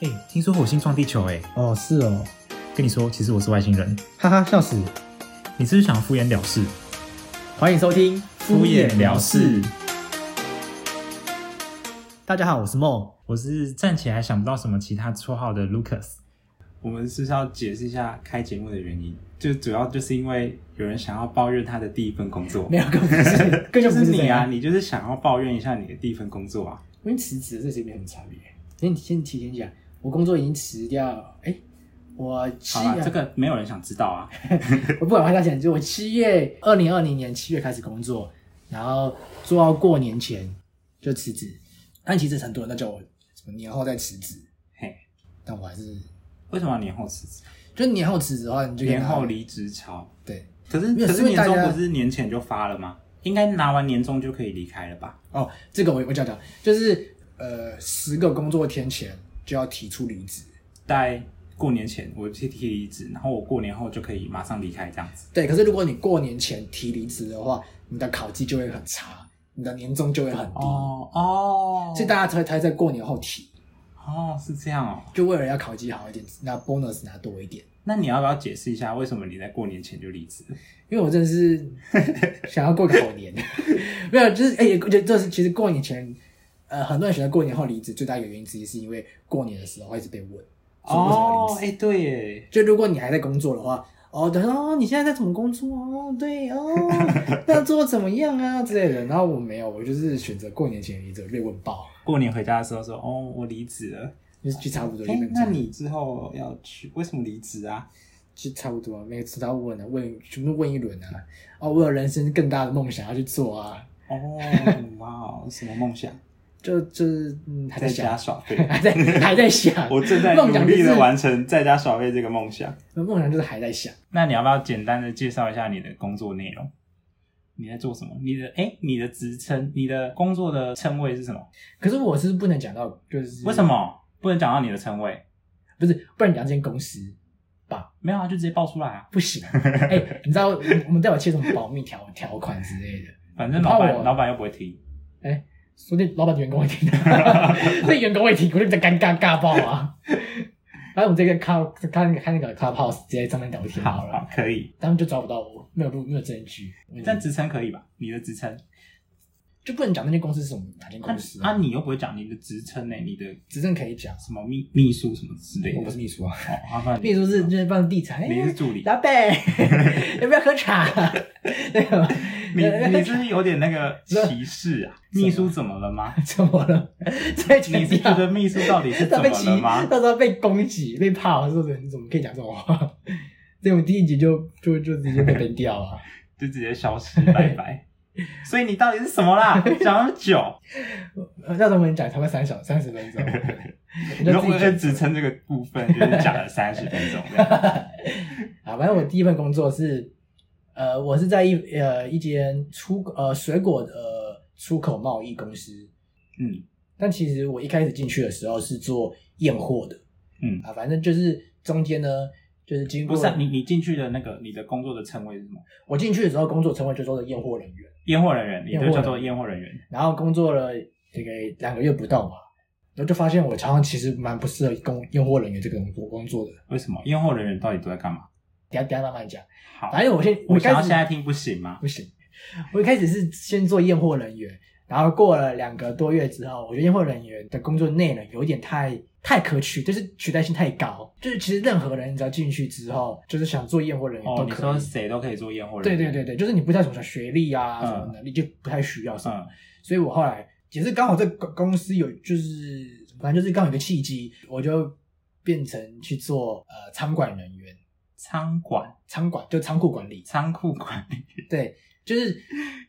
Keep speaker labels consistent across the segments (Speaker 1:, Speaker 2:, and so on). Speaker 1: 哎、听说火星撞地球、欸，哎，
Speaker 2: 哦，是哦，
Speaker 1: 跟你说，其实我是外星人。
Speaker 2: 哈哈，笑死！
Speaker 1: 你是不是想敷衍了事？
Speaker 2: 欢迎收听《
Speaker 1: 敷衍了事。
Speaker 2: 大家好，我是梦。
Speaker 1: 我是站起来想不到什么其他绰号的 Lucas。
Speaker 3: 我们是不是要解释一下开节目的原因？就主要就是因为有人想要抱怨他的第一份工作，
Speaker 2: 没有，根本不是，根本
Speaker 3: 就
Speaker 2: 不
Speaker 3: 是
Speaker 2: 这
Speaker 3: 你啊，
Speaker 2: 样。
Speaker 3: 你就是想要抱怨一下你的第一份工作啊。
Speaker 2: 我已经辞职了，这谁没什么差别？先先提前讲，我工作已经辞掉。哎，我七
Speaker 3: 好
Speaker 2: 月
Speaker 3: 了，这个没有人想知道啊。
Speaker 2: 我不管花大钱，就我七月二零二零年七月开始工作，然后做到过年前就辞职。但其实很多人都叫我什么年后再辞职，
Speaker 3: 嘿，
Speaker 2: 但我还是
Speaker 3: 为什么要年后辞职？
Speaker 2: 就年后辞职的话，你就跟
Speaker 3: 年
Speaker 2: 他
Speaker 3: 后离职潮，
Speaker 2: 对
Speaker 3: 可是
Speaker 2: 没有
Speaker 3: 可
Speaker 2: 是
Speaker 3: 是
Speaker 2: 因为
Speaker 3: 年
Speaker 2: 大家
Speaker 3: 终不是年前就发了吗？应该拿完年终就可以离开了吧？
Speaker 2: 哦，这个我我讲讲，就是呃十个工作天前就要提出离职。
Speaker 3: 在过年前我去提离职，然后我过年后就可以马上离开这样子。
Speaker 2: 对，可是如果你过年前提离职的话，你的考绩就会很差，你的年终就会很低，
Speaker 3: 哦
Speaker 2: 所以大家才才在过年后提，
Speaker 3: 哦是这样哦。
Speaker 2: 就为了要考绩好一点，拿 bonus 拿多一点。
Speaker 3: 那你要不要解释一下为什么你在过年前就离职？
Speaker 2: 因为我真的是想要过个好年， 没有，就是哎，也就就是其实过年前，呃，很多人选择过年后离职，最大一个原因之一是因为过年的时候会一直被问，说为什么离职
Speaker 3: 哎、对耶，
Speaker 2: 就如果你还在工作的话，哦，等哦，你现在在怎么工作哦？对哦，那做怎么样啊之类的。然后我没有，我就是选择过年前离职，被问爆，
Speaker 3: 过年回家的时候说，哦，我离职了。
Speaker 2: 就是就差不多就
Speaker 3: 哎、
Speaker 2: 被
Speaker 3: 那你之后要去，为什么离职啊？
Speaker 2: 就差不多，每次都要问啊，问全部问一轮啊。哦，我有人生更大的梦想要去做啊，
Speaker 3: 哦，哇哦，什么梦想？
Speaker 2: 就就是嗯，还在
Speaker 3: 在家
Speaker 2: 想，
Speaker 3: 耍废。
Speaker 2: 还在还 在想，
Speaker 3: 我正在
Speaker 2: 梦
Speaker 3: 努
Speaker 2: 想就
Speaker 3: 力
Speaker 2: 是
Speaker 3: 的完成在家耍废这个梦想。
Speaker 2: 梦想就是还在想。
Speaker 3: 那你要不要简单的介绍一下你的工作内容？你在做什么？你的哎、你的职称，你的工作的称谓是什么？
Speaker 2: 可是我是不能讲到，就是
Speaker 3: 为什么不能讲到你的称谓？
Speaker 2: 不是不能讲这间公司吧？
Speaker 3: 没有啊，就直接报出来啊。
Speaker 2: 不行，哎、你知道我我们都有签什么保密条条款之类的，
Speaker 3: 反正老板
Speaker 2: 怕我
Speaker 3: 老板又不会听。
Speaker 2: 说不定老板的员工会听， 那员工会听，我就比较尴尬尬爆啊。然后我们这个看看看那个 Clubhouse 直接上面聊天好
Speaker 3: 好
Speaker 2: 了，嗯
Speaker 3: 好，嗯可以。
Speaker 2: 他们就抓不到我，没有录没有证据，
Speaker 3: 但职称可以吧？你的职称，
Speaker 2: 就不能讲那间公司是什么哪间
Speaker 3: 那
Speaker 2: 公司
Speaker 3: 啊，你又不会讲你的职称呢？你的
Speaker 2: 执政可以讲，
Speaker 3: 什么秘秘书什么之类
Speaker 2: 我
Speaker 3: 的
Speaker 2: 不。是秘书啊，
Speaker 3: 哦，麻烦
Speaker 2: 秘书是就是帮地产，哎
Speaker 3: 你 是助理，
Speaker 2: 老板要不要喝茶？ 那个
Speaker 3: 你
Speaker 2: 要不
Speaker 3: 你
Speaker 2: 要
Speaker 3: 是不是有点那个歧视 啊？
Speaker 2: 么
Speaker 3: 秘书怎么了 吗？
Speaker 2: 怎么了？再讲
Speaker 3: 你是觉得秘书到底是怎
Speaker 2: 他
Speaker 3: 么
Speaker 2: 被歧，
Speaker 3: 了吗？
Speaker 2: 到时候被攻击、被怕，是不是？你怎么可以讲这种话？ 所以我们第一集就就就直接被崩掉啊了。
Speaker 3: 就直接消失， 拜拜。所以你到底是什么 啦？讲那么久，
Speaker 2: 呃 那时候我们讲超过三小三十分 钟，你
Speaker 3: 然后我就
Speaker 2: 就自
Speaker 3: 只
Speaker 2: 己
Speaker 3: 称这个部分就是讲了三十分钟这样。
Speaker 2: 啊，反正我第一份工作是，呃，我是在一呃一间出呃水果的、呃、出口贸易公司，
Speaker 3: 嗯
Speaker 2: 但其实我一开始进去的时候是做验货的
Speaker 3: 嗯，
Speaker 2: 啊，反正就是中间呢就是 经
Speaker 3: 不
Speaker 2: 过
Speaker 3: 是、啊、你你进去的那个你的工作的称谓是什么？
Speaker 2: 我进去的时候工作称谓就叫做验货人员。
Speaker 3: 验货人员，你
Speaker 2: 验货
Speaker 3: 就
Speaker 2: 人
Speaker 3: 叫做验货人员。
Speaker 2: 然后工作了这个两个月不到吧，然后就发现我常常其实蛮不适合工验货人员这个工作工作的。
Speaker 3: 为什么验货人员到底都在干嘛？
Speaker 2: 等一下等一下慢慢讲，
Speaker 3: 好，
Speaker 2: 反正我先
Speaker 3: 我
Speaker 2: 一开
Speaker 3: 想要
Speaker 2: 始
Speaker 3: 现在听不行吗？
Speaker 2: 不行，我一开始是先做验货人员，然后过了两个多月之后，我觉得验货人员的工作内容有点太太可取，就是取代性太高，就是其实任何人只要进去之后，就是想做验货人员
Speaker 3: 哦
Speaker 2: 都，
Speaker 3: 你
Speaker 2: 可以。
Speaker 3: 说谁都可以做验货人
Speaker 2: 对
Speaker 3: 员？
Speaker 2: 对对对，就是你不太什么学历啊、
Speaker 3: 嗯
Speaker 2: 什么能力，就不太需要什么。
Speaker 3: 嗯
Speaker 2: 所以我后来也是刚好这个公司有就是反正就是刚好有个契机，我就变成去做呃仓管人员，
Speaker 3: 仓管、
Speaker 2: 仓管就仓库管理，
Speaker 3: 仓库管理、
Speaker 2: 对，就是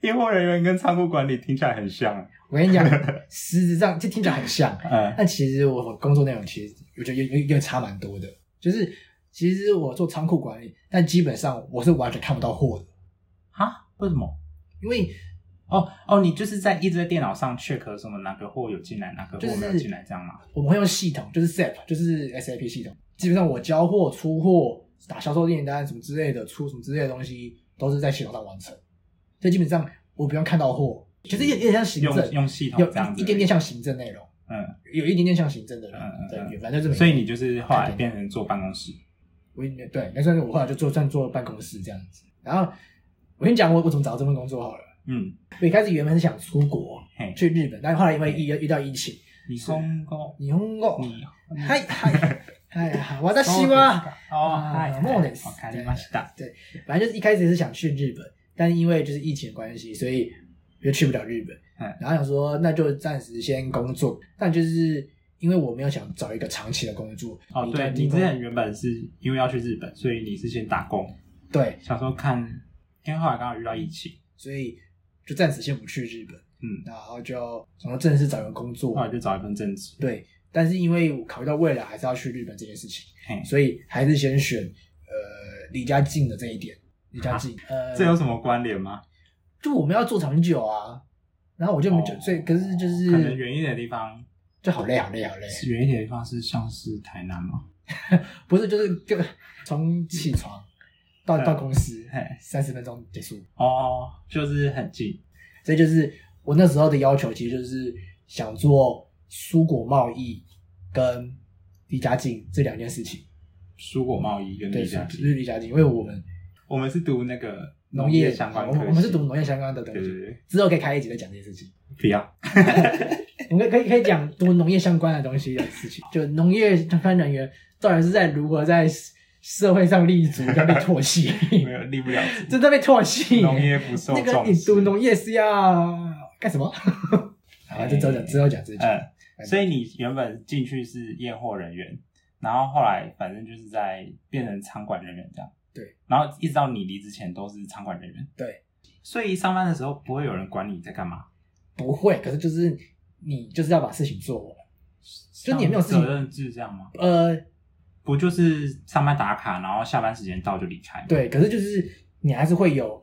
Speaker 3: 验货人员跟仓库管理听起来很像。
Speaker 2: 我跟你讲，实质上这听起来很像，
Speaker 3: 嗯
Speaker 2: 但其实我工作内容其实我觉得有有有点差蛮多的，就是其实我做仓库管理，但基本上我是完全看不到货的，
Speaker 3: 啊？为什么？
Speaker 2: 因为
Speaker 3: 哦哦，你就是在一直在电脑上 check 什么哪个货有进来，哪个
Speaker 2: 就
Speaker 3: 货
Speaker 2: 是
Speaker 3: 没有进来，这样吗？
Speaker 2: 我们会用系统，就是 SAP，就是 SAP 系统。基本上我交货、出货、打销售订单什么之类的，出什么之类的东西，都是在系统上完成。所以基本上我不用看到货，其实也有点像行
Speaker 3: 用
Speaker 2: 政，
Speaker 3: 用系统
Speaker 2: 有
Speaker 3: 这样
Speaker 2: 一
Speaker 3: 子，
Speaker 2: 一点点像行政内容。
Speaker 3: 嗯，
Speaker 2: 有一点点像行政的人
Speaker 3: 嗯嗯
Speaker 2: 人
Speaker 3: 嗯
Speaker 2: 员，反正这么。
Speaker 3: 所以你就是后来变成坐办公室，
Speaker 2: 我也对，那算是我后来就做算做办公室这样子。然后我跟你讲，我我怎么找到这份工作好了。
Speaker 3: 嗯，
Speaker 2: 我一开始原本是想出国
Speaker 3: 嘿，
Speaker 2: 去日本，但是后来因为遇
Speaker 3: 嗯
Speaker 2: 遇到疫情，
Speaker 3: 你公公，
Speaker 2: 日本語
Speaker 3: 你
Speaker 2: はいはいはいはい，私は
Speaker 3: 哦，嗨，哦
Speaker 2: あもうです
Speaker 3: わかりました。
Speaker 2: 哎对，反正就是一开始是想去日本，但因为就是疫情的关系，所以就去不了日本。
Speaker 3: 嗯
Speaker 2: 然后想说，那就暂时先工作，但就是因为我没有想找一个长期的工作。
Speaker 3: 哦，
Speaker 2: 一
Speaker 3: 对
Speaker 2: 段
Speaker 3: 你
Speaker 2: 地
Speaker 3: 之
Speaker 2: 方
Speaker 3: 前原本是因为要去日本，所以你是先打工，
Speaker 2: 对，
Speaker 3: 想说看，因为后来刚好遇到疫情，
Speaker 2: 所以就暂时先不去日本，
Speaker 3: 嗯，哦
Speaker 2: 然后就想说正式找一个工作。
Speaker 3: 后来就找一份正职，
Speaker 2: 对，但是因为我考虑到未来还是要去日本这件事情，
Speaker 3: 嘿，
Speaker 2: 所以还是先选呃离家近的这一点，离
Speaker 3: 啊
Speaker 2: 家近。呃，
Speaker 3: 这有什么关联吗？
Speaker 2: 就我们要坐长久啊，然后我就没就、
Speaker 3: 哦
Speaker 2: 所以可是就
Speaker 3: 可能
Speaker 2: 是
Speaker 3: 远一点的地方，
Speaker 2: 就好累好累好累，
Speaker 3: 是远一点的地方是像是台南吗？
Speaker 2: 不是就是就从起床到
Speaker 3: 嗯
Speaker 2: 到公司
Speaker 3: 嘿，
Speaker 2: 三十分钟结束，
Speaker 3: 哦，就是很近，
Speaker 2: 所以就是我那时候的要求其实就是想做蔬果贸易跟离家近这两件事情，
Speaker 3: 蔬果贸易跟
Speaker 2: 对，
Speaker 3: 地下
Speaker 2: 就
Speaker 3: 街
Speaker 2: 是离家近，因为我们
Speaker 3: 我们是读那个
Speaker 2: 农
Speaker 3: 业
Speaker 2: 业
Speaker 3: 相关
Speaker 2: 我
Speaker 3: 科
Speaker 2: 们
Speaker 3: 系，
Speaker 2: 我们是读农业相关的东
Speaker 3: 对
Speaker 2: 西
Speaker 3: 对，对，
Speaker 2: 之后可以开一集再讲这件事情。
Speaker 3: 不要，
Speaker 2: 我们可以可以讲读农业相关的东西的事情， 就农业相关人员到底是在如何在社会上立足，跟被 唾弃，
Speaker 3: 没有立不了职，
Speaker 2: 真的被唾弃。
Speaker 3: 农业不受
Speaker 2: 那个
Speaker 3: 重
Speaker 2: 你读
Speaker 3: 视。
Speaker 2: 农业是要干什 么？好吧，这之后讲，之后讲，之后讲。
Speaker 3: 嗯，所以你原本进去是验货人员，然后后来反正就是在变成仓管人员这样。
Speaker 2: 对，
Speaker 3: 然后一直到你离职前都是仓管人员。
Speaker 2: 对，
Speaker 3: 所以上班的时候不会有人管你在干嘛，
Speaker 2: 不会，可是就是你就是要把事情做完。就你也没有事情
Speaker 3: 像责任制这样吗？
Speaker 2: 呃，
Speaker 3: 不就是上班打卡，然后下班时间到就离开？，
Speaker 2: 对，可是就是你还是会有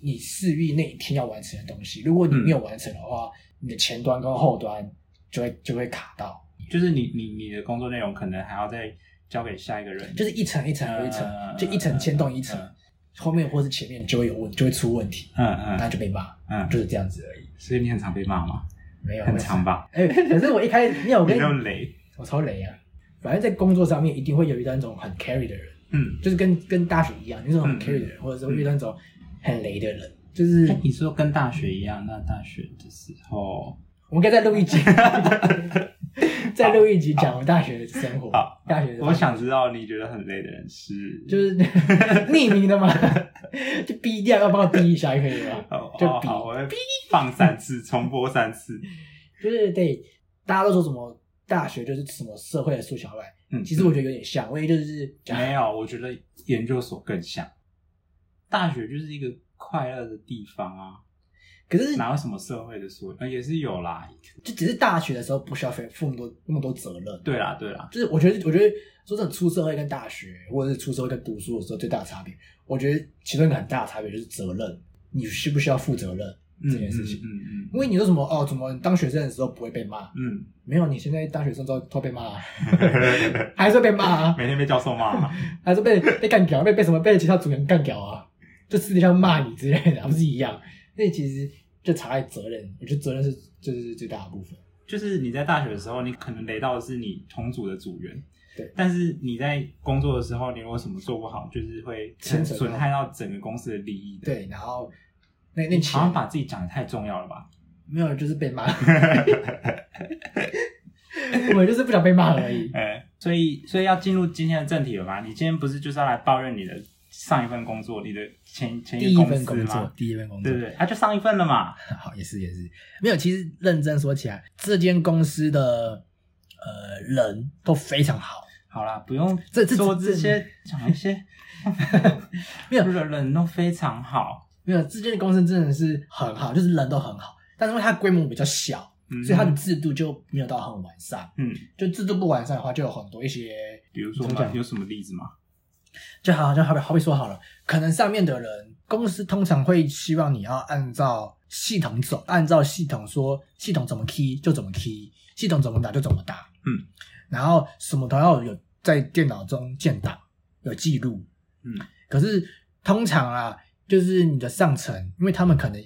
Speaker 2: 你试运那一天要完成的东西，如果你
Speaker 3: 嗯
Speaker 2: 没有完成的话，你的前端跟后端就会就会卡到。
Speaker 3: 就是你你你的工作内容可能还要再交给下一个人，
Speaker 2: 就是一层一层又一层，
Speaker 3: 嗯
Speaker 2: 就一层牵动一层，
Speaker 3: 嗯
Speaker 2: 后面或是前面就会有问，就会出问题，
Speaker 3: 嗯嗯
Speaker 2: 那就被骂，
Speaker 3: 嗯，
Speaker 2: 就是这样子而已。
Speaker 3: 所以你很常被骂吗？
Speaker 2: 没有
Speaker 3: 很常。吧？
Speaker 2: 哎、可是我一 开始，因为我
Speaker 3: 你
Speaker 2: 跟
Speaker 3: 没有雷？
Speaker 2: 我超雷啊，反正在工作上面一定会有遇到那种很 carry 的人，
Speaker 3: 嗯，
Speaker 2: 就是跟跟大学一样，那种很
Speaker 3: 嗯
Speaker 2: carry 的人，或者说遇到那种很雷的人，就是
Speaker 3: 哎你说跟大学一样，那大学的时候，
Speaker 2: 我们可以再录 一集，再录一集讲我大学的生活
Speaker 3: 好，
Speaker 2: 大学的生活
Speaker 3: 我想知道你觉得很累的人是
Speaker 2: 就是匿名的嘛， 就逼掉，要帮我逼一下可以吗？
Speaker 3: 哦
Speaker 2: 就
Speaker 3: 哦
Speaker 2: 比
Speaker 3: 好，我会放三 次，重播三次。
Speaker 2: 就是对，大家都说什么大学就是什么社会的缩小版，
Speaker 3: 嗯，
Speaker 2: 其实我觉得有点像，我也就是
Speaker 3: 没有，我觉得研究所更像。大学就是一个快乐的地方啊，
Speaker 2: 可是
Speaker 3: 哪有什么社会的所呃也是有啦。
Speaker 2: 就只是大学的时候不需要负负那么多那么多责任，
Speaker 3: 对啦，对啦，
Speaker 2: 就是我觉得我觉得说真的，出社会跟大学或者是出社会跟读书的时候最大的差别，我觉得其中一个很大的差别就是责任，你需不需要负责任
Speaker 3: 嗯
Speaker 2: 这件事情。
Speaker 3: 嗯嗯
Speaker 2: 因为你说什么哦，怎么你当学生的时候不会被骂？
Speaker 3: 嗯
Speaker 2: 没有，你现在当学生之后都被骂、啊，
Speaker 3: 嗯，
Speaker 2: 还是被骂、啊，
Speaker 3: 每天被教授骂，
Speaker 2: 还是被被干掉，被被什么被其他组员干掉啊，就私底下骂你之类的，还不是一样？那其实就查在责任，我觉得责任是就是最大的部分。
Speaker 3: 就是你在大学的时候，你可能雷到的是你同组的组员，
Speaker 2: 对
Speaker 3: 但是你在工作的时候，你如果什么做不好，就是会
Speaker 2: 牵扯到
Speaker 3: 损害到整个公司的利益的。
Speaker 2: 对，然后那
Speaker 3: 你
Speaker 2: 那
Speaker 3: 好像
Speaker 2: 钱
Speaker 3: 把自己讲的太重要了吧？
Speaker 2: 没有就是被骂，我就是不想被骂 而已。
Speaker 3: 哎，所以所以要进入今天的正题了吗？你今天不是就是要来抱怨你的上一份工作，你的前前
Speaker 2: 第
Speaker 3: 个
Speaker 2: 一
Speaker 3: 公
Speaker 2: 份
Speaker 3: 司
Speaker 2: 工作
Speaker 3: 吗？，
Speaker 2: 第一份工
Speaker 3: 对
Speaker 2: 作
Speaker 3: 不，对？啊，就上一份了嘛。
Speaker 2: 好，也是也是，没有。其实认真说起来，这间公司的呃人都非常好，
Speaker 3: 好啦，不用
Speaker 2: 这这
Speaker 3: 说
Speaker 2: 这
Speaker 3: 这些，讲一些，
Speaker 2: 没有
Speaker 3: 人人都非常好，
Speaker 2: 没有这间公司真的是很好，就是人都很好，但是因为它规模比较小，
Speaker 3: 嗯
Speaker 2: 所以它的制度就没有到很完善。
Speaker 3: 嗯，
Speaker 2: 就制度不完善的话，就有很多一些，
Speaker 3: 比如说
Speaker 2: 怎么
Speaker 3: 嘛
Speaker 2: 讲
Speaker 3: 有什么例子吗？
Speaker 2: 就好像好比好比说好了，可能上面的人公司通常会希望你要按照系统走，按照系统说系统怎么 key 就怎么 key，系统怎么打就怎么打，
Speaker 3: 嗯，
Speaker 2: 然后什么都要有在电脑中建档，有记录，
Speaker 3: 嗯，
Speaker 2: 可是通常啊，就是你的上层，因为他们可能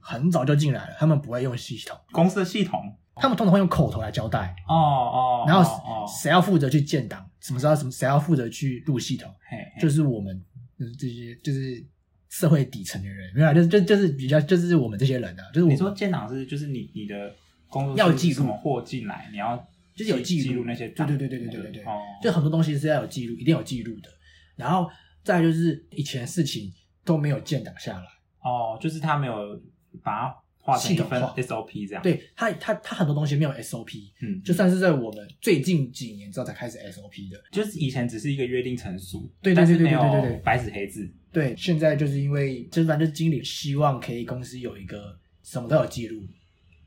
Speaker 2: 很早就进来了，他们不会用系统，
Speaker 3: 公司的系统
Speaker 2: 他们通常会用口头来交代，
Speaker 3: 哦哦，
Speaker 2: 然后
Speaker 3: 哦，
Speaker 2: 谁要负责去建档，什么时候什么谁要负责去录系统，
Speaker 3: 就
Speaker 2: 就是我们就是这些就是社会底层的人，没有啦，就是就就是比较就是我们这些人啊，就是
Speaker 3: 你
Speaker 2: 我们
Speaker 3: 说建档是就是你你的工作
Speaker 2: 要
Speaker 3: 是
Speaker 2: 记录
Speaker 3: 什么货进来，你要
Speaker 2: 就是有
Speaker 3: 记
Speaker 2: 记
Speaker 3: 录
Speaker 2: 录
Speaker 3: 那些
Speaker 2: 对
Speaker 3: 档，
Speaker 2: 对对对对对对对，
Speaker 3: 哦，
Speaker 2: 就很多东西是要有记录，一定有记录的。然后再来就是以前事情都没有建档下来，
Speaker 3: 哦，就是他没有把它画成一份
Speaker 2: 系统化
Speaker 3: SOP 这样，，
Speaker 2: 对他他他很多东西没有 SOP，
Speaker 3: 嗯，
Speaker 2: 就算是在我们最近几年之后才开始 SOP 的，
Speaker 3: 就是以前只是一个约定成熟，
Speaker 2: 对对
Speaker 3: 但是
Speaker 2: 对
Speaker 3: 没
Speaker 2: 对对对对
Speaker 3: 有
Speaker 2: 对
Speaker 3: 白纸黑字，
Speaker 2: 对，现在就是因为就是反正经理希望可以公司有一个什么都有记录，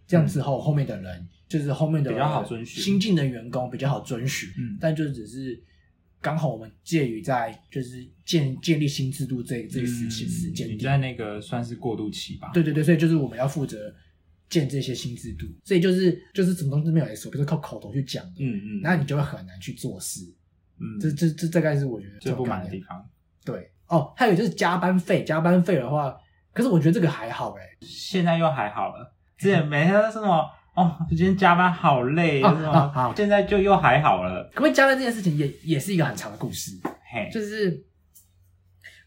Speaker 2: 这样之后后面的人就是后面
Speaker 3: 嗯
Speaker 2: 的
Speaker 3: 比较好遵循
Speaker 2: 新进的员工比较好遵循，
Speaker 3: 嗯
Speaker 2: 但就只是刚好我们介于在就是建建立新制度这这个时期时间
Speaker 3: 嗯你
Speaker 2: 点，
Speaker 3: 在那个算是过渡期吧？
Speaker 2: 对对对，所以就是我们要负责建这些新制度，所以就是就是什么东西没有 SOP，就是靠口头去讲的，
Speaker 3: 嗯，嗯嗯，
Speaker 2: 那你就会很难去做事，
Speaker 3: 嗯
Speaker 2: 这这这大概是我觉得
Speaker 3: 最
Speaker 2: 种
Speaker 3: 不满
Speaker 2: 概
Speaker 3: 的
Speaker 2: 念
Speaker 3: 地方，
Speaker 2: 对哦，还有就是加班费，加班费的话，可是我觉得这个还好哎、
Speaker 3: 现在又还好了，之前每天都是什么哦，今天加班好累，
Speaker 2: 啊
Speaker 3: 是吗
Speaker 2: 啊啊
Speaker 3: 现在就又还好了，
Speaker 2: 可不可以加班这件事情也也是一个很长的故事，欸
Speaker 3: 嘿，
Speaker 2: 就是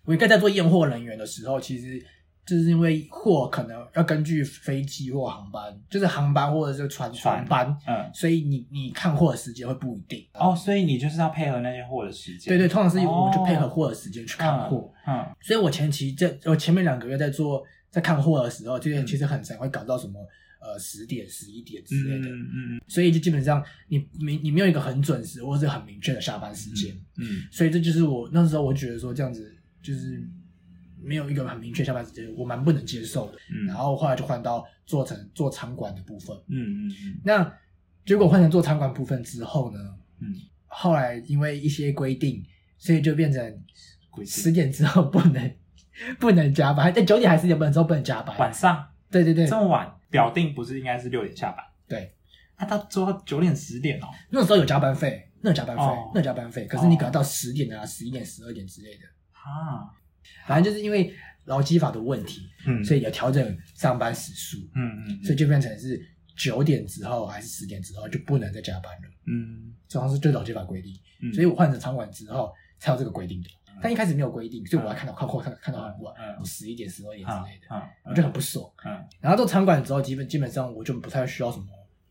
Speaker 2: 我应该在做验货人员的时候，其实就是因为货可能要根据飞机或航班，就是航班或者是船
Speaker 3: 船
Speaker 2: 船班，
Speaker 3: 嗯，
Speaker 2: 所以你你看货的时间会不一定。
Speaker 3: 哦，所以你就是要配合那些货的时间，
Speaker 2: 对对，，通常是我们就
Speaker 3: 哦
Speaker 2: 配合货的时间去看货，
Speaker 3: 嗯，
Speaker 2: 所以我前期在我前面两个月在做在看货的时候，
Speaker 3: 嗯
Speaker 2: 就是其实很常会搞到什么呃十点十一点之类的，
Speaker 3: 嗯嗯
Speaker 2: 所以就基本上你没你没有一个很准时或是很明确的下班时间，
Speaker 3: 嗯
Speaker 2: 所以这就是我那时候我觉得说这样子就是没有一个很明确下班时间，我蛮不能接受的。
Speaker 3: 嗯，
Speaker 2: 然后后来就换到做成做餐馆的部分，
Speaker 3: 嗯嗯嗯
Speaker 2: 那结果换成做餐馆部分之后呢，
Speaker 3: 嗯，
Speaker 2: 后来因为一些规定，所以就变成
Speaker 3: 规定
Speaker 2: 十点之后不能 不能加班，哎但九点还是有不能之后不能加班。
Speaker 3: 晚上
Speaker 2: 对对对
Speaker 3: 这，么晚，表定不是应该是六点下班？
Speaker 2: 对，
Speaker 3: 那他做到九点十点哦，
Speaker 2: 那时候有加班费，那有加班费，
Speaker 3: 哦
Speaker 2: 那有加班费，可是你可能到十点啊、十一点、十二点之类的，
Speaker 3: 啊，
Speaker 2: 反正就是因为劳基法的问题，
Speaker 3: 嗯，
Speaker 2: 所
Speaker 3: 以
Speaker 2: 以有调整上班时数，
Speaker 3: 嗯嗯，
Speaker 2: 所以
Speaker 3: 以
Speaker 2: 就变成是九点之后还是十点之后就不能再加班了，
Speaker 3: 嗯
Speaker 2: 这好像是对劳基法规定。
Speaker 3: 嗯，
Speaker 2: 所以我换成场馆之后才有这个规定的。但一开始没有规定，所以我要看到看货看看到很晚
Speaker 3: 嗯嗯，嗯
Speaker 2: 我十一点、十二点之
Speaker 3: 啊
Speaker 2: 类的，
Speaker 3: 啊，
Speaker 2: 我就很不爽。
Speaker 3: 嗯
Speaker 2: 然后做场馆之后，基本基本上我就不太需要什么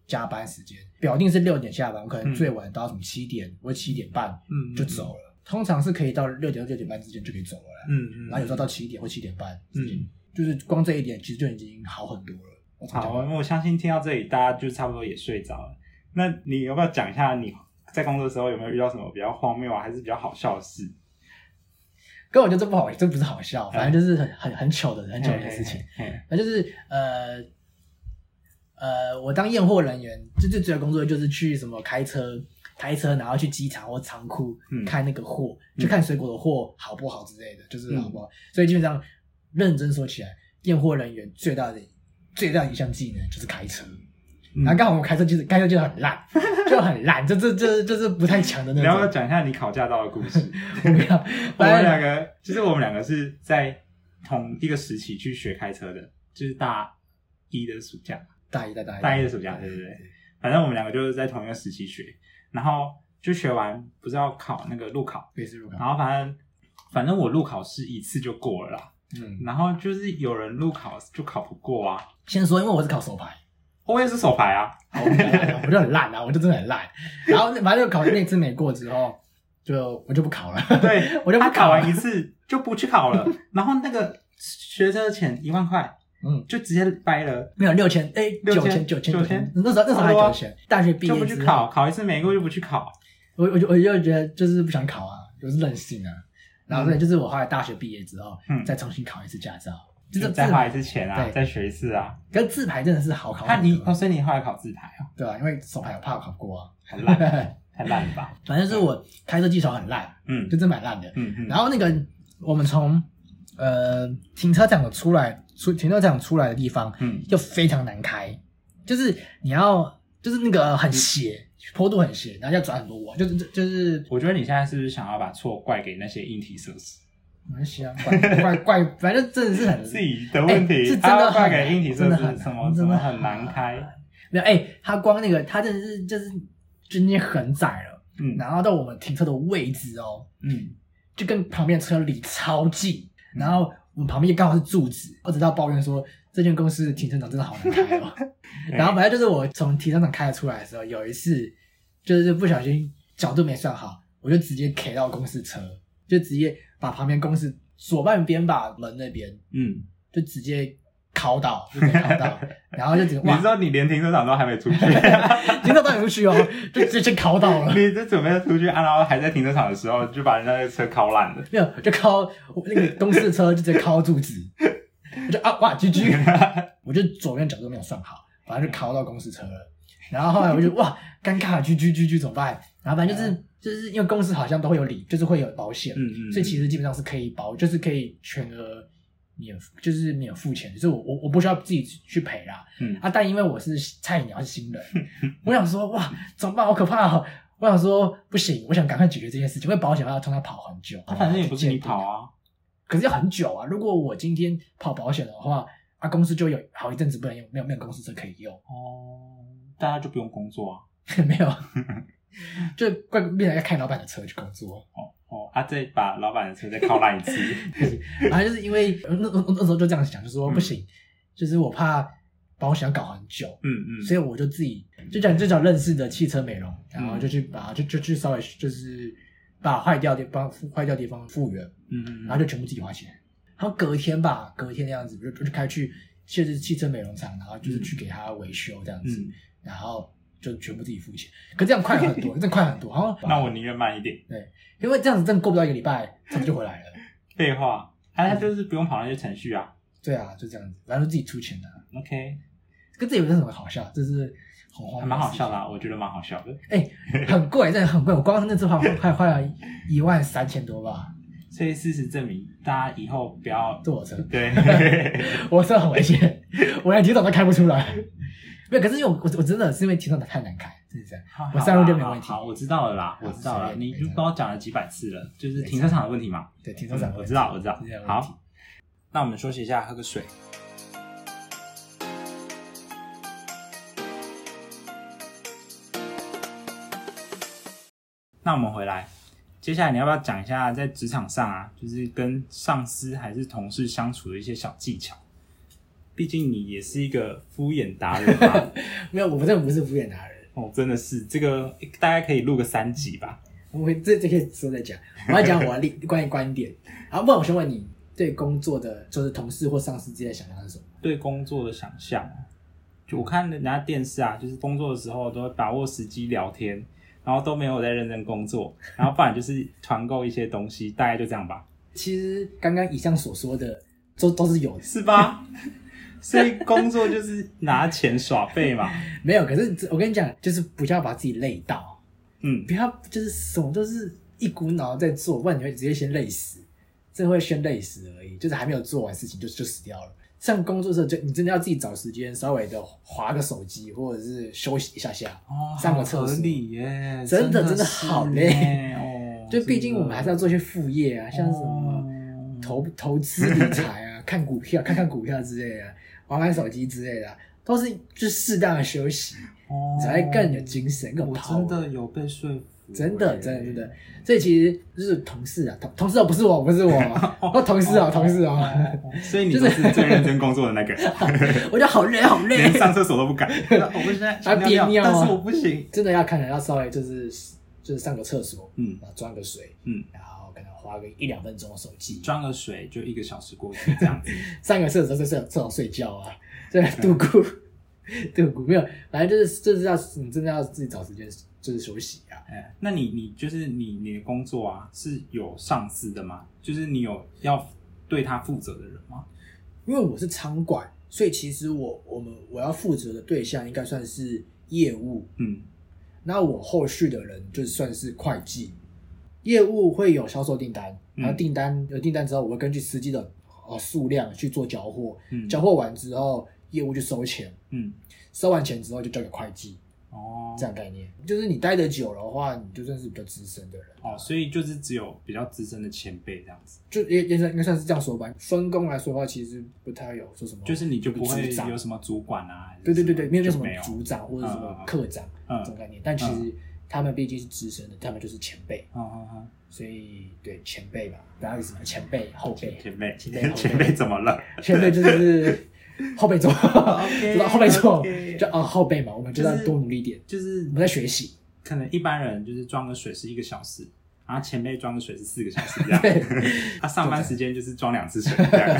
Speaker 2: 加班时间，表定是六点下班，我可能最晚到什么七点或七点半
Speaker 3: 嗯
Speaker 2: 就走了。通常是可以到六点到六点半之间就可以走了啦，
Speaker 3: 嗯嗯，
Speaker 2: 然后有时候到七点或七点半之间
Speaker 3: 嗯，
Speaker 2: 就是光这一点其实就已经好很多了。我常
Speaker 3: 好，哦
Speaker 2: 常
Speaker 3: 我相信听到这里，大家就差不多也睡着了。那你要不要讲一下你在工作的时候有没有遇到什么比较荒谬啊，还是比较好笑的事？
Speaker 2: 跟我觉得这不好，这不是好笑，反正就是很很很糗的很糗的事情。
Speaker 3: 嘿，嘿嘿
Speaker 2: 那就是呃呃，我当验货人员，就最主要工作就是去什么开车开车，然后去机场或仓库
Speaker 3: 嗯
Speaker 2: 看那个货，
Speaker 3: 嗯
Speaker 2: 就看水果的货好不好之类的，就是好不好。所以基本上认真说起来，验货人员最大的最大的一项技能就是开车。
Speaker 3: 嗯
Speaker 2: 然后刚好我们开车就是开车就很烂， 就很烂，这这这就是不太强的那
Speaker 3: 你要不要
Speaker 2: 种。
Speaker 3: 讲一下你考驾照的故 事？
Speaker 2: 不要，
Speaker 3: 我们
Speaker 2: 反正
Speaker 3: 两个，就是我们两个是在同一个时期去学开车的，就是大一的暑假，
Speaker 2: 大一大大一
Speaker 3: 大一的暑假，对对对。反正我们两个就是在同一个时期学，然后就学完，不是要考那个路考，
Speaker 2: 也是入考，
Speaker 3: 然后反正反正我路考试一次就过了啦，
Speaker 2: 嗯，
Speaker 3: 然后就是有人路考就考不过啊，
Speaker 2: 先说，因为我是考手牌。
Speaker 3: 我也是手牌啊，
Speaker 2: 好我就很 烂啊我就很烂啊，我就真的很烂。然后反正考那次没过之后，就我就不考了。
Speaker 3: 对
Speaker 2: 我就不
Speaker 3: 他
Speaker 2: 考
Speaker 3: 考
Speaker 2: 了
Speaker 3: 完一次就不去考 了，然后那个学车钱一万块，
Speaker 2: 嗯，
Speaker 3: 就直接掰了，
Speaker 2: 没有六千，哎，
Speaker 3: 六
Speaker 2: 九
Speaker 3: 千
Speaker 2: 千，九千，
Speaker 3: 九
Speaker 2: 九
Speaker 3: 千
Speaker 2: 千。那时候那时候还
Speaker 3: 差不多啊
Speaker 2: 九千，大学毕
Speaker 3: 就不
Speaker 2: 业
Speaker 3: 去
Speaker 2: 之
Speaker 3: 考，
Speaker 2: 后，
Speaker 3: 考一次没过就不去考，
Speaker 2: 我我就我就觉得就是不想考啊，就是任性啊。然后所以就是我后来大学毕业之后
Speaker 3: 嗯，
Speaker 2: 再重新考一次驾照，就
Speaker 3: 就是再
Speaker 2: 自
Speaker 3: 花
Speaker 2: 牌
Speaker 3: 一次钱啊，
Speaker 2: 对
Speaker 3: 再学一次啊。
Speaker 2: 可是自牌真的是好考
Speaker 3: 那
Speaker 2: 很
Speaker 3: 你
Speaker 2: 多，
Speaker 3: 哦，所以你后来考自排哦，
Speaker 2: 对吧？因为手牌我怕我考不过啊，
Speaker 3: 很烂，太烂了 吧？
Speaker 2: 反正是我开车技巧很烂，
Speaker 3: 嗯
Speaker 2: 就真蛮烂的。
Speaker 3: 嗯嗯，
Speaker 2: 然后那个我们从呃停车场的出来，出停车场出来的地方
Speaker 3: 嗯
Speaker 2: 就非常难开，就是你要就是那个很斜，坡度很斜，然后要转很多弯，就是就是
Speaker 3: 我觉得你现在是不是想要把错怪给那些硬体设施？
Speaker 2: 蛮斜啊，怪怪 怪，反正真的是很
Speaker 3: 自己的问
Speaker 2: 哎
Speaker 3: 题，
Speaker 2: 是真
Speaker 3: 他要
Speaker 2: 的
Speaker 3: 怪
Speaker 2: 很
Speaker 3: 给硬体设
Speaker 2: 真的很
Speaker 3: 施，
Speaker 2: 难
Speaker 3: 什么什
Speaker 2: 真的
Speaker 3: 么
Speaker 2: 很
Speaker 3: 很难开。
Speaker 2: 没有，哎、他光那个他真的是就是就那很窄了，
Speaker 3: 嗯
Speaker 2: 然后到我们停车的位置哦，
Speaker 3: 嗯，
Speaker 2: 就跟旁边的车离超近，然后我们旁边刚好是柱子，我只知道抱怨说这间公司的停车场真的好难开哦。然后反正就是我从停车场开了出来的时候，有一次就是不小心角度没算好，我就直接 K 到公司车，就直接把旁边公司左半边吧门那边
Speaker 3: 嗯，
Speaker 2: 就直接敲到，就直接敲到，然后就整 个
Speaker 3: 你
Speaker 2: 哇
Speaker 3: 知，道你连停车场都还没出 去，
Speaker 2: 停到当出去哦，就直接敲 到了。
Speaker 3: 你这准备要出去啊，然后还在停车场的时候就把人家的车敲烂了。
Speaker 2: 没有，就靠我那个公司的车就直接靠柱子，我就啊哇居居，我就左边角度没有算好，反正就靠到公司车了。然后后来我就哇尴尬居居居居怎么办？然后反正就是、就是因为公司好像都会有理，就是会有保险，
Speaker 3: 嗯嗯，
Speaker 2: 所以其实基本上是可以保，就是可以全额免就是免付钱，就是我我我不需要自己去赔啦。
Speaker 3: 嗯
Speaker 2: 啊，但因为我是菜鸟是新 人，我想说哇怎么办？好可怕哦！我想说不行，我想赶快解决这件事情，因为保险要通常跑很久，
Speaker 3: 啊反正也不是你跑啊，
Speaker 2: 可是要很久啊。如果我今天跑保险的话，啊，公司就有好一阵子不能用，没有没有公司车可以用，
Speaker 3: 哦，大家就不用工作啊。
Speaker 2: 没 有，就怪变成要开老板的车去工作。
Speaker 3: 哦哦，啊，再把老板的车再敲烂一 次。
Speaker 2: 然后就是因为呃那那那时候就这样想，就说
Speaker 3: 嗯
Speaker 2: 不行，就是我怕保险要搞很久，
Speaker 3: 嗯嗯，
Speaker 2: 所以我就自己就讲就找认识的汽车美容，然后就去把就就去稍微就是把坏掉地方坏掉地方复原，
Speaker 3: 嗯嗯，
Speaker 2: 然后就全部自己花钱。然后隔天吧，隔天的样子，我就我就开去就是汽车美容厂，然后就是去给他维修这样子，
Speaker 3: 嗯，
Speaker 2: 然后就全部自己付钱。可这样快 很多，这快很多。然后
Speaker 3: 那我宁愿慢一点。
Speaker 2: 因为这样子真的过不到一个礼拜，他们就回来了。
Speaker 3: 废话，啊，他就是不用跑那些程序啊。
Speaker 2: 对啊，就这样子，然后自己出钱的、
Speaker 3: OK，
Speaker 2: 可这也没有什么好笑，这是很荒
Speaker 3: 还
Speaker 2: 谬，
Speaker 3: 蛮好笑的、啊，我觉得蛮好笑的。
Speaker 2: 很贵，真的很贵。我光那次花快花了一万三千多吧，
Speaker 3: 所以事实证明，大家以后不要
Speaker 2: 坐我车，
Speaker 3: 对，
Speaker 2: 我车很危险， 我连提早都开不出来。没有，可是因为我我我真的是因为提早太难开，真的是这样。
Speaker 3: 好
Speaker 2: 我上路就没
Speaker 3: 好啦
Speaker 2: 问题
Speaker 3: 好好，我知道了啦，我知道
Speaker 2: 好
Speaker 3: 了，
Speaker 2: 随
Speaker 3: 你
Speaker 2: 便
Speaker 3: 就
Speaker 2: 没差
Speaker 3: 帮我讲了几百次了，就是停车场的问题嘛。
Speaker 2: 对，停车场
Speaker 3: 嗯
Speaker 2: 的
Speaker 3: 我
Speaker 2: 问题、
Speaker 3: 知道，我知道
Speaker 2: 是这样。的问题
Speaker 3: 好，那我们休息一下，喝个水。那我们回来，接下来你要不要讲一下在职场上啊，就是跟上司还是同事相处的一些小技巧？毕竟你也是一个敷衍达人 嘛。
Speaker 2: 没有，我真的不是敷衍达人。
Speaker 3: 哦，真的是这个，大概可以录个三集吧。
Speaker 2: 我会这这些之后再讲，我要讲我的立关于观点。好，不然我先问你，对工作的就是同事或上司之间的想法是什么？
Speaker 3: 对工作的想象哦。就我看人家电视啊，就是工作的时候都会把握时机聊天，然后都没有在认真工作，然后不然就是团购一些东西，大概就这样吧，
Speaker 2: 其实刚刚以上所说的都都是有的，
Speaker 3: 是吧？ 所以工作就是拿钱耍废嘛。
Speaker 2: 没有。可是这我跟你讲，就是不要把自己累到，
Speaker 3: 嗯，
Speaker 2: 不要就是什么都是一股脑在做，不然你会直接先累死，真的会先累死而已，就是还没有做完事情就就死掉了。像工作的时候，就你真的要自己找时间，稍微的划个手机，或者是休息一下下。
Speaker 3: 哦
Speaker 2: 上个厕所
Speaker 3: 好合理耶，
Speaker 2: 真的
Speaker 3: 真
Speaker 2: 真的
Speaker 3: 是
Speaker 2: 好累
Speaker 3: 耶哦。
Speaker 2: 就毕竟我们还是要做一些副业啊，像是什么
Speaker 3: 么
Speaker 2: 投投资理财 啊，看股票、看看股票之类的啊，玩玩手机之类的啊，都是就适当的休息，才会更有精神，更有
Speaker 3: 哦我
Speaker 2: power
Speaker 3: 真的有被说服，
Speaker 2: 真的，真的，真的。所以其实就是同事啊，同同事哦，不是我，不是 我，哦，同事哦，同事哦，
Speaker 3: 所以你就是最认真工作的那个，
Speaker 2: 我觉得好累，好累
Speaker 3: 连，上厕所都不 敢。我不是在
Speaker 2: 还憋尿啊
Speaker 3: 但是我不行。
Speaker 2: 真的要看人，要稍微就是就是上个厕所，
Speaker 3: 嗯
Speaker 2: 然后装个水，
Speaker 3: 嗯，
Speaker 2: 然后可能花个一两分钟的手机，
Speaker 3: 装个水就一个小时过去这样子。
Speaker 2: 上个厕所在厕厕所睡觉啊，在度过 度过没有，反正就是就是要你真的要自己找时间就是休息啊。
Speaker 3: 哎那你你就是你你的工作啊是有上司的吗？就是你有要对他负责的人吗？
Speaker 2: 因为我是仓管，所以其实我我们我要负责的对象应该算是业务，
Speaker 3: 嗯
Speaker 2: 那我后续的人就算是会计，业务会有销售订单，
Speaker 3: 嗯
Speaker 2: 然后订单有订单之后，我会根据司机的呃数量去做缴货，
Speaker 3: 嗯
Speaker 2: 缴货完之后，业务就收钱，
Speaker 3: 嗯
Speaker 2: 收完钱之后就交给会计，
Speaker 3: 哦
Speaker 2: 这样概念。就是你待得久的话，你就算是比较资深的人，
Speaker 3: 哦，所以就是只有比较资深的前辈这样子，
Speaker 2: 就也也算应该算是这样说吧。分工来说的话，其实不太有说什么，
Speaker 3: 就是你就不会
Speaker 2: 组长
Speaker 3: 有什么主管啊，
Speaker 2: 对对对对，没有那
Speaker 3: 就
Speaker 2: 什么
Speaker 3: 没有，
Speaker 2: 组长或者什么科长
Speaker 3: 嗯嗯
Speaker 2: 这种概念，但其实他们毕竟是资深的，他们就是前辈，
Speaker 3: 嗯嗯嗯，
Speaker 2: 所以对前辈吧，然后意思嘛，前辈后辈，
Speaker 3: 前辈
Speaker 2: 前辈
Speaker 3: 前辈怎么了？
Speaker 2: 前辈就是后辈做，知道后辈做
Speaker 3: OK
Speaker 2: 就啊后辈嘛，我们就要多努力一点，
Speaker 3: 就是
Speaker 2: 我们在学习，
Speaker 3: 可能一般人就是装个水是一个小时，然后前辈装个水是四个小时这样，
Speaker 2: 对，
Speaker 3: 他上班时间就是装两次水这样，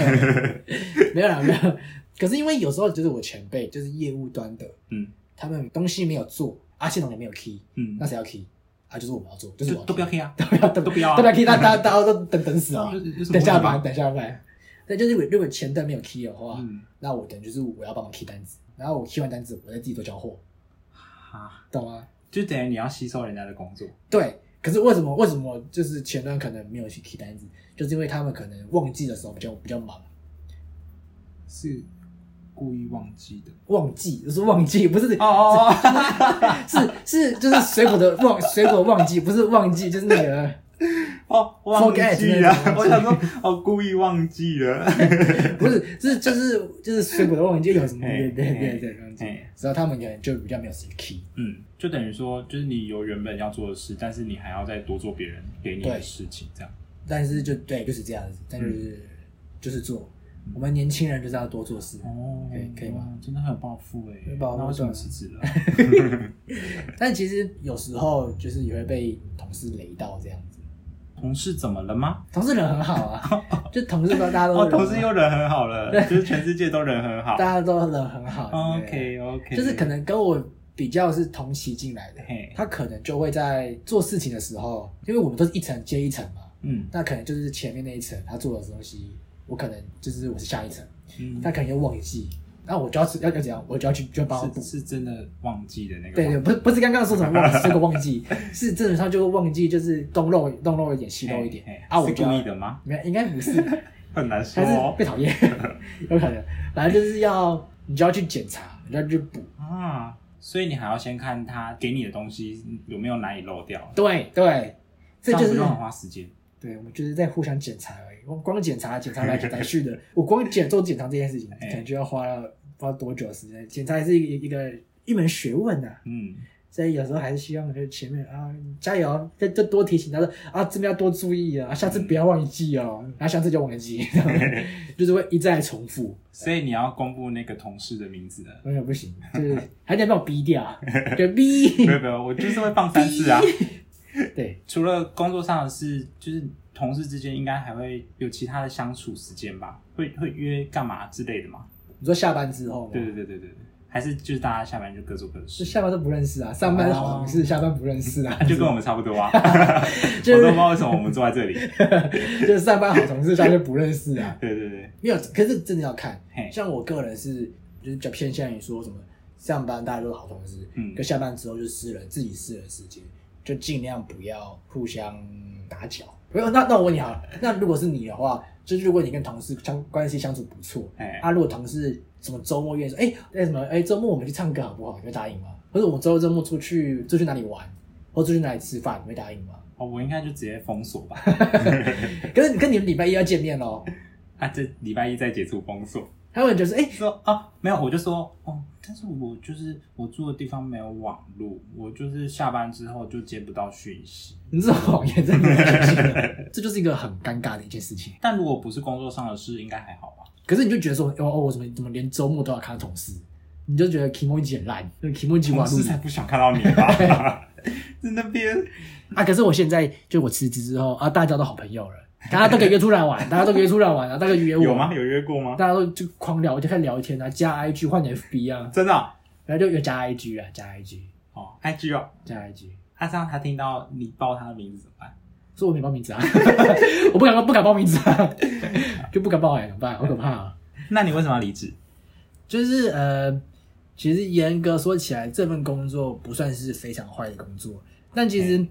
Speaker 2: 没有啦没有啦，可是因为有时候就是我前辈就是业务端的，
Speaker 3: 嗯
Speaker 2: 他们东西没有做，啊系统也没有 key，
Speaker 3: 嗯
Speaker 2: 那，谁要 key？啊，就是我们要做，就是我
Speaker 3: 就
Speaker 2: 们
Speaker 3: 都不要 K 啊，
Speaker 2: 都不要都
Speaker 3: 都不要啊
Speaker 2: 都不要 key，大家大家大家都等等死啊
Speaker 3: 有有有什么问题吗
Speaker 2: 等下班，等下班。那就是如果如果前端没有 key 的话，
Speaker 3: 嗯，
Speaker 2: 那我等于就是我要帮忙 key 单子，然后我 key 完单子，我再自己做交货，
Speaker 3: 哈，
Speaker 2: 懂吗？
Speaker 3: 就等于你要吸收人家的工作，
Speaker 2: 对。可是为什么为什么就是前端可能没有去 key 单子，就是因为他们可能旺季的时候比较比较忙，
Speaker 3: 是故意忘记的，
Speaker 2: 旺季就是旺季，不是
Speaker 3: 哦哦哦，
Speaker 2: 是是就是水果的旺水果旺季，不是旺季就是那个
Speaker 3: 哦，忘记了
Speaker 2: Forget 那，种
Speaker 3: 我想说，哦，故意忘记了。
Speaker 2: 不是是就是就是水果的旺季有什么
Speaker 3: 嘿
Speaker 2: 对对对
Speaker 3: 嘿
Speaker 2: 对旺季，
Speaker 3: 嘿
Speaker 2: 然后他们可能就比较没有时间 key。
Speaker 3: 嗯，就等于说，就是你有原本要做的事，但是你还要再多做别人给你的
Speaker 2: 对
Speaker 3: 事情，这样。
Speaker 2: 但是就对，就是这样子，但就是、就是做。我们年轻人就是要多做事，
Speaker 3: 哦
Speaker 2: 可以可以吗？
Speaker 3: 真的很有抱负哎、
Speaker 2: 有抱负
Speaker 3: 那为什么
Speaker 2: 对啊
Speaker 3: 辞职了？
Speaker 2: 但其实有时候就是也会被同事雷到这样子。
Speaker 3: 同事怎么了吗？
Speaker 2: 同事人很好啊， 就同事都大家都
Speaker 3: 哦，
Speaker 2: 人很好
Speaker 3: 同事又人很好 了，就是全世界都人很好 哦
Speaker 2: 大。家都人很好。
Speaker 3: OK
Speaker 2: 对
Speaker 3: OK，
Speaker 2: 就是可能跟我比较是同期进来的
Speaker 3: 嘿，
Speaker 2: 他可能就会在做事情的时候，因为我们都是一层接一层嘛，
Speaker 3: 嗯
Speaker 2: 那可能就是前面那一层他做的东西，我可能就是我是下一层，
Speaker 3: 嗯，
Speaker 2: 他可能又忘记，那我就要要要怎样，我就要去就帮他补
Speaker 3: 是。是真的忘记的那个。
Speaker 2: 对对，，不是不是刚刚说什么忘记，这个忘 记是基本上就会忘记，就是东漏东漏一点西漏一点
Speaker 3: 嘿嘿
Speaker 2: 啊，我
Speaker 3: 是
Speaker 2: 就
Speaker 3: 故意
Speaker 2: 要
Speaker 3: 的吗？
Speaker 2: 没有应该不是，
Speaker 3: 很难说
Speaker 2: 还是
Speaker 3: 哦
Speaker 2: 被讨厌， 有可能，反正就是要你就要去检查，你就要去补，
Speaker 3: 啊，所以你还要先看他给你的东西有没有哪里漏掉，
Speaker 2: 对对，这就
Speaker 3: 样不
Speaker 2: 是
Speaker 3: 就很花时间。
Speaker 2: 对我们就是在互相检查而已，我光检查检查来检查 去的，我光检做检查这件事情，
Speaker 3: 哎
Speaker 2: 可能就要花了不知道多久的时间，检查也是一个一个一门学问呐、啊
Speaker 3: 嗯，
Speaker 2: 所以有时候还是希望就是前面啊加油，再再多提醒他说啊这边要多注意啊，下次不要忘记哦，然后下次就忘 记，就是会一再重复，
Speaker 3: 所以你要公布那个同事的名字了。
Speaker 2: 永远不行，就是还得把我逼掉，就 逼
Speaker 3: 没，有没有，我就是会放三次啊。
Speaker 2: 对，
Speaker 3: 除了工作上的事，就是同事之间应该还会有其他的相处时间吧？会会约干嘛之类的嘛？
Speaker 2: 你说下班之后吗？
Speaker 3: 对对对对对对，还是就是大家下班就各做各的
Speaker 2: 就
Speaker 3: 事，
Speaker 2: 下班都不认识啊，上班是好同事，下班不认识啊，
Speaker 3: 哦 就跟我们差不多啊。
Speaker 2: 就
Speaker 3: 我都不
Speaker 2: 是
Speaker 3: 知道为什么我们坐在 这里。
Speaker 2: 就是上班好同事，下班不认识啊。
Speaker 3: 对对对，
Speaker 2: 没有，可是真的要看。
Speaker 3: 嘿，
Speaker 2: 像我个人是，就是比较偏向于说什么上班大家都是好同事，
Speaker 3: 嗯
Speaker 2: 可下班之后就是私人自己私人时间，就尽量不要互相打搅。没有，那那我问你好了，那如果是你的话，就是如果你跟同事相关系相处不错，
Speaker 3: 哎
Speaker 2: 啊，如果同事什么周末约说，哎、那什么，哎、周末我们去唱歌好不好？你会答应吗？或者我们周周末出去出去哪里玩，或出去哪里吃饭，你会答应吗？
Speaker 3: 哦，我应该就直接封锁吧。
Speaker 2: 可是你跟你们礼拜一要见面喽，
Speaker 3: 啊，这礼拜一再解除封锁。
Speaker 2: 他们就是哎、
Speaker 3: 说啊，没有，我就说哦，但是我就是我住的地方没有网络，我就是下班之后就接不到讯息。
Speaker 2: 你这种谎言真的很可信的，这就是一 个很尴尬的一件事情。
Speaker 3: 但如果不是工作上的事，应该还好吧？
Speaker 2: 可是你就觉得说，哦，哦我怎么怎么连周末都要看到同事，你就觉得 k i m o j i 很烂，那 k i m o j i
Speaker 3: 同
Speaker 2: 网
Speaker 3: 事才
Speaker 2: 路
Speaker 3: 不想看到你吧？ 在那边
Speaker 2: 啊。可是我现在就我辞职之后啊，大家都好朋友了，大家都可以约出来玩，大家都可以约出来玩啊，大家约我
Speaker 3: 有哎吗？？有约过吗？
Speaker 2: 大家都就狂聊，就开始聊天啊，加 IG 换 FB 啊，
Speaker 3: 真的哦
Speaker 2: 然后就有加 IG 啊，加 IG，
Speaker 3: 哦，IG 哦，
Speaker 2: 加 IG。
Speaker 3: 他这样他听到你报他的名字怎么办？
Speaker 2: 所以我没报名字啊， 我不敢不敢报名字啊，就不敢报哎、怎么办？好可怕啊！
Speaker 3: 那你为什么要离职？
Speaker 2: 就是呃，其实严格说起来，这份工作不算是非常坏的工作，但其实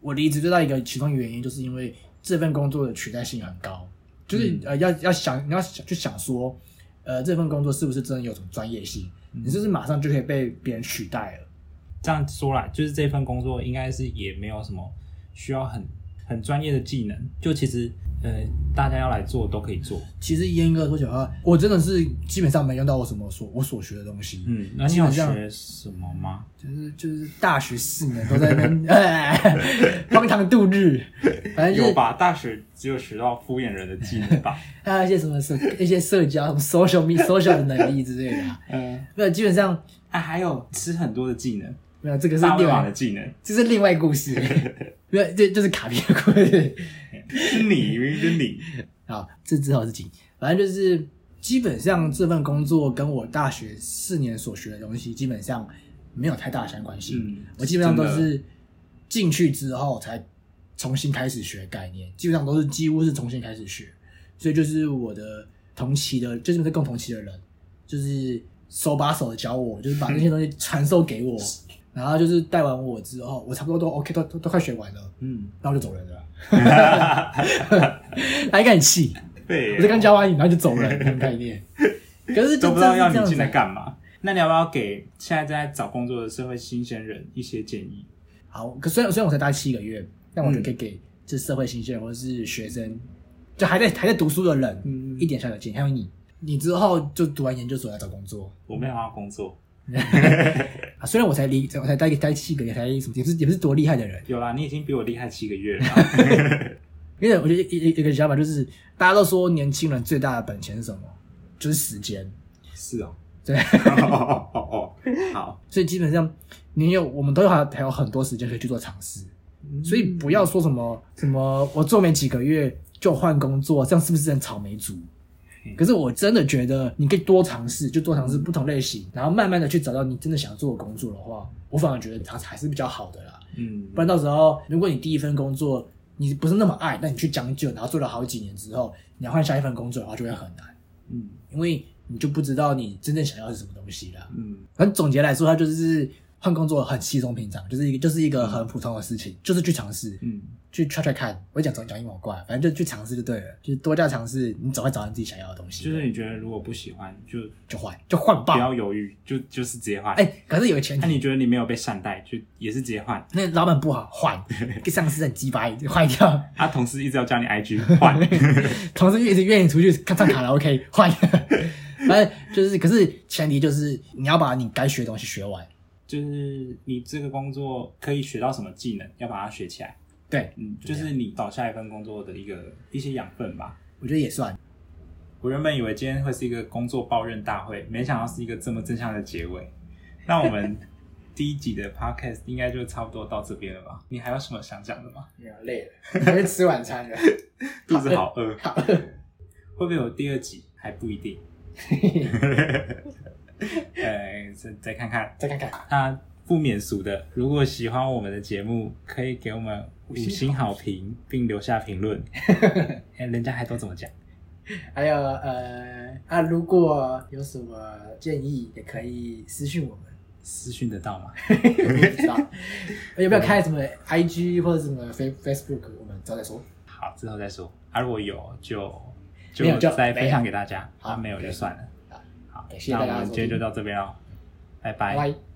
Speaker 2: 我离职最大一个其中原因，就是因为这份工作的取代性很高，就是、
Speaker 3: 嗯
Speaker 2: 呃要要想你要想去想说，
Speaker 3: 嗯
Speaker 2: 呃这份工作是不是真的有什么专业性，你是不是马上就可以被别人取代了？
Speaker 3: 这样说来，就是这份工作应该是也没有什么需要很很专业的技能，就其实呃大家要来做都可以做。
Speaker 2: 其实严格说起来的话，我真的是基本上没用到我什么所我所学的东西，
Speaker 3: 嗯，那你
Speaker 2: 基
Speaker 3: 有
Speaker 2: 本上
Speaker 3: 学什么吗？
Speaker 2: 就是就是大学四年都在那 边哎 荒唐度日，反正就
Speaker 3: 有
Speaker 2: 是
Speaker 3: 吧，大学只有学到敷衍人的技能吧。
Speaker 2: 还有一些什么社一些社交、什么 social me social 的能力之类的啊、
Speaker 3: 嗯，
Speaker 2: 没有，基本上
Speaker 3: 啊，还有吃很多的技能，
Speaker 2: 没有这个是
Speaker 3: 大胃
Speaker 2: 另
Speaker 3: 王的
Speaker 2: 外，
Speaker 3: 技能，
Speaker 2: 这是另外 故事，没有这就是卡片故事。
Speaker 3: 是你，明明是你。
Speaker 2: 好，这之后的事情，反正就是基本上这份工作跟我大学四年所学的东西基本上没有太大的相关性。
Speaker 3: 嗯
Speaker 2: 我基本上都
Speaker 3: 真
Speaker 2: 是进去之后才重新开始学概念，基本上都是几乎是重新开始学，所以就是我的同期的，就是跟共同期的人，就是手把手的教我，就是把那些东西传授给 我，然后就是带完我之后，我差不多都 OK，都都都快学完了，
Speaker 3: 嗯，
Speaker 2: 然后就走人 了，他应该很气，
Speaker 3: 对，
Speaker 2: 我就刚教完你，然后就走人，那种概念。可是就
Speaker 3: 都不知道要
Speaker 2: 这
Speaker 3: 你
Speaker 2: 样
Speaker 3: 进来
Speaker 2: 子。啊
Speaker 3: 干嘛。那你要不要给现在正在找工作的社会新鲜人一些建议？
Speaker 2: 好，可虽然虽然我才待七个月，但我觉得
Speaker 3: 嗯
Speaker 2: 可以给这社会新鲜人或者是学生，就还在还在读书的人、
Speaker 3: 嗯
Speaker 2: 一点小小建议。还有你，你之后就读完研究所来找工作
Speaker 3: 我没有要工作，
Speaker 2: 啊。虽然我才离我才待待七个月，才什么也不是也不是多厉害的人，
Speaker 3: 有啦，你已经比我厉害七个月 了啦。
Speaker 2: 因为我觉得一一一个想法就是，大家都说年轻人最大的本钱是什么？就是时间。
Speaker 3: 是哦，
Speaker 2: 对，
Speaker 3: 哦哦哦， 好，
Speaker 2: 所以基本上你有我们都有还还有很多时间可以去做尝试。 所以不要说什么什么我做没几个月就换工作，这样是不是很草莓族？可是我真的觉得你可以多尝试，就多尝试不同类型，然后慢慢的去找到你真的想做的工作的话，我反而觉得它还是比较好的啦。
Speaker 3: 嗯，
Speaker 2: 不然到时候如果你第一份工作你不是那么爱，那你去将就，然后做了好几年之后，你要换下一份工作的话就会很难，
Speaker 3: 嗯
Speaker 2: 因为你就不知道你真正想要的是什么东西啦。
Speaker 3: 嗯
Speaker 2: 反正总结来说，它就是换工作很稀松平常，就是一个就是一个很普通的事情，就是去尝试，
Speaker 3: 嗯，
Speaker 2: 去 try try 看。我讲讲讲英文好怪，反正就去尝试就对了，就是多加尝试，你总会找到你自己想要的东西。
Speaker 3: 就是你觉得如果不喜欢，就
Speaker 2: 就换就换
Speaker 3: 不
Speaker 2: 吧。
Speaker 3: 要犹豫，就就是直接换。
Speaker 2: 哎、可是有个前
Speaker 3: 那
Speaker 2: 提，
Speaker 3: 你觉得你没有被善待，就也是直接换。
Speaker 2: 那老板不好换，跟上司很鸡掰，换掉。
Speaker 3: 啊，同事一直要加你 IG 换，
Speaker 2: 同事一直约你出去看唱卡拉 OK，换。反正就是，可是前提就是你要把你该学的东西学完。
Speaker 3: 就是你这个工作可以学到什么技能，要把它学起来。
Speaker 2: 对，
Speaker 3: 嗯，就是你找下一份工作的一个一些养分吧。
Speaker 2: 我觉得也算。
Speaker 3: 我原本以为今天会是一个工作抱怨大会，没想到是一个这么正向的结尾。那我们第一集的 podcast 应该就差不多到这边了吧？你还有什么想讲的吗？
Speaker 4: 没有累了，还是吃晚餐了。
Speaker 3: 肚子好饿，
Speaker 4: 好饿，
Speaker 3: 会不会有第二集还不一 定。呃，再再看看。
Speaker 4: 再看看。
Speaker 3: 那不免俗的，如果喜欢我们的节目，可以给我们五星好评，并留下评 论。哎，人家还都怎么讲？
Speaker 4: 还有呃啊，如果有什么建议，也可以私信我们。
Speaker 3: 私讯得到吗？
Speaker 4: 我也不知道有没有开什么 IG 或者什么 Fa- Facebook，我们早点说。
Speaker 3: 好，之后再说。啊，如果有就
Speaker 4: 没有就
Speaker 3: 再分享给大家，
Speaker 4: 没有
Speaker 3: 啊，没有就算了。
Speaker 4: 好
Speaker 3: 好
Speaker 4: 感，谢
Speaker 3: 那
Speaker 4: 大
Speaker 3: 我
Speaker 4: 家
Speaker 3: 们
Speaker 4: 收
Speaker 3: 今天就
Speaker 4: 听
Speaker 3: 到这边喽，拜
Speaker 4: 拜
Speaker 3: 拜。
Speaker 4: 拜。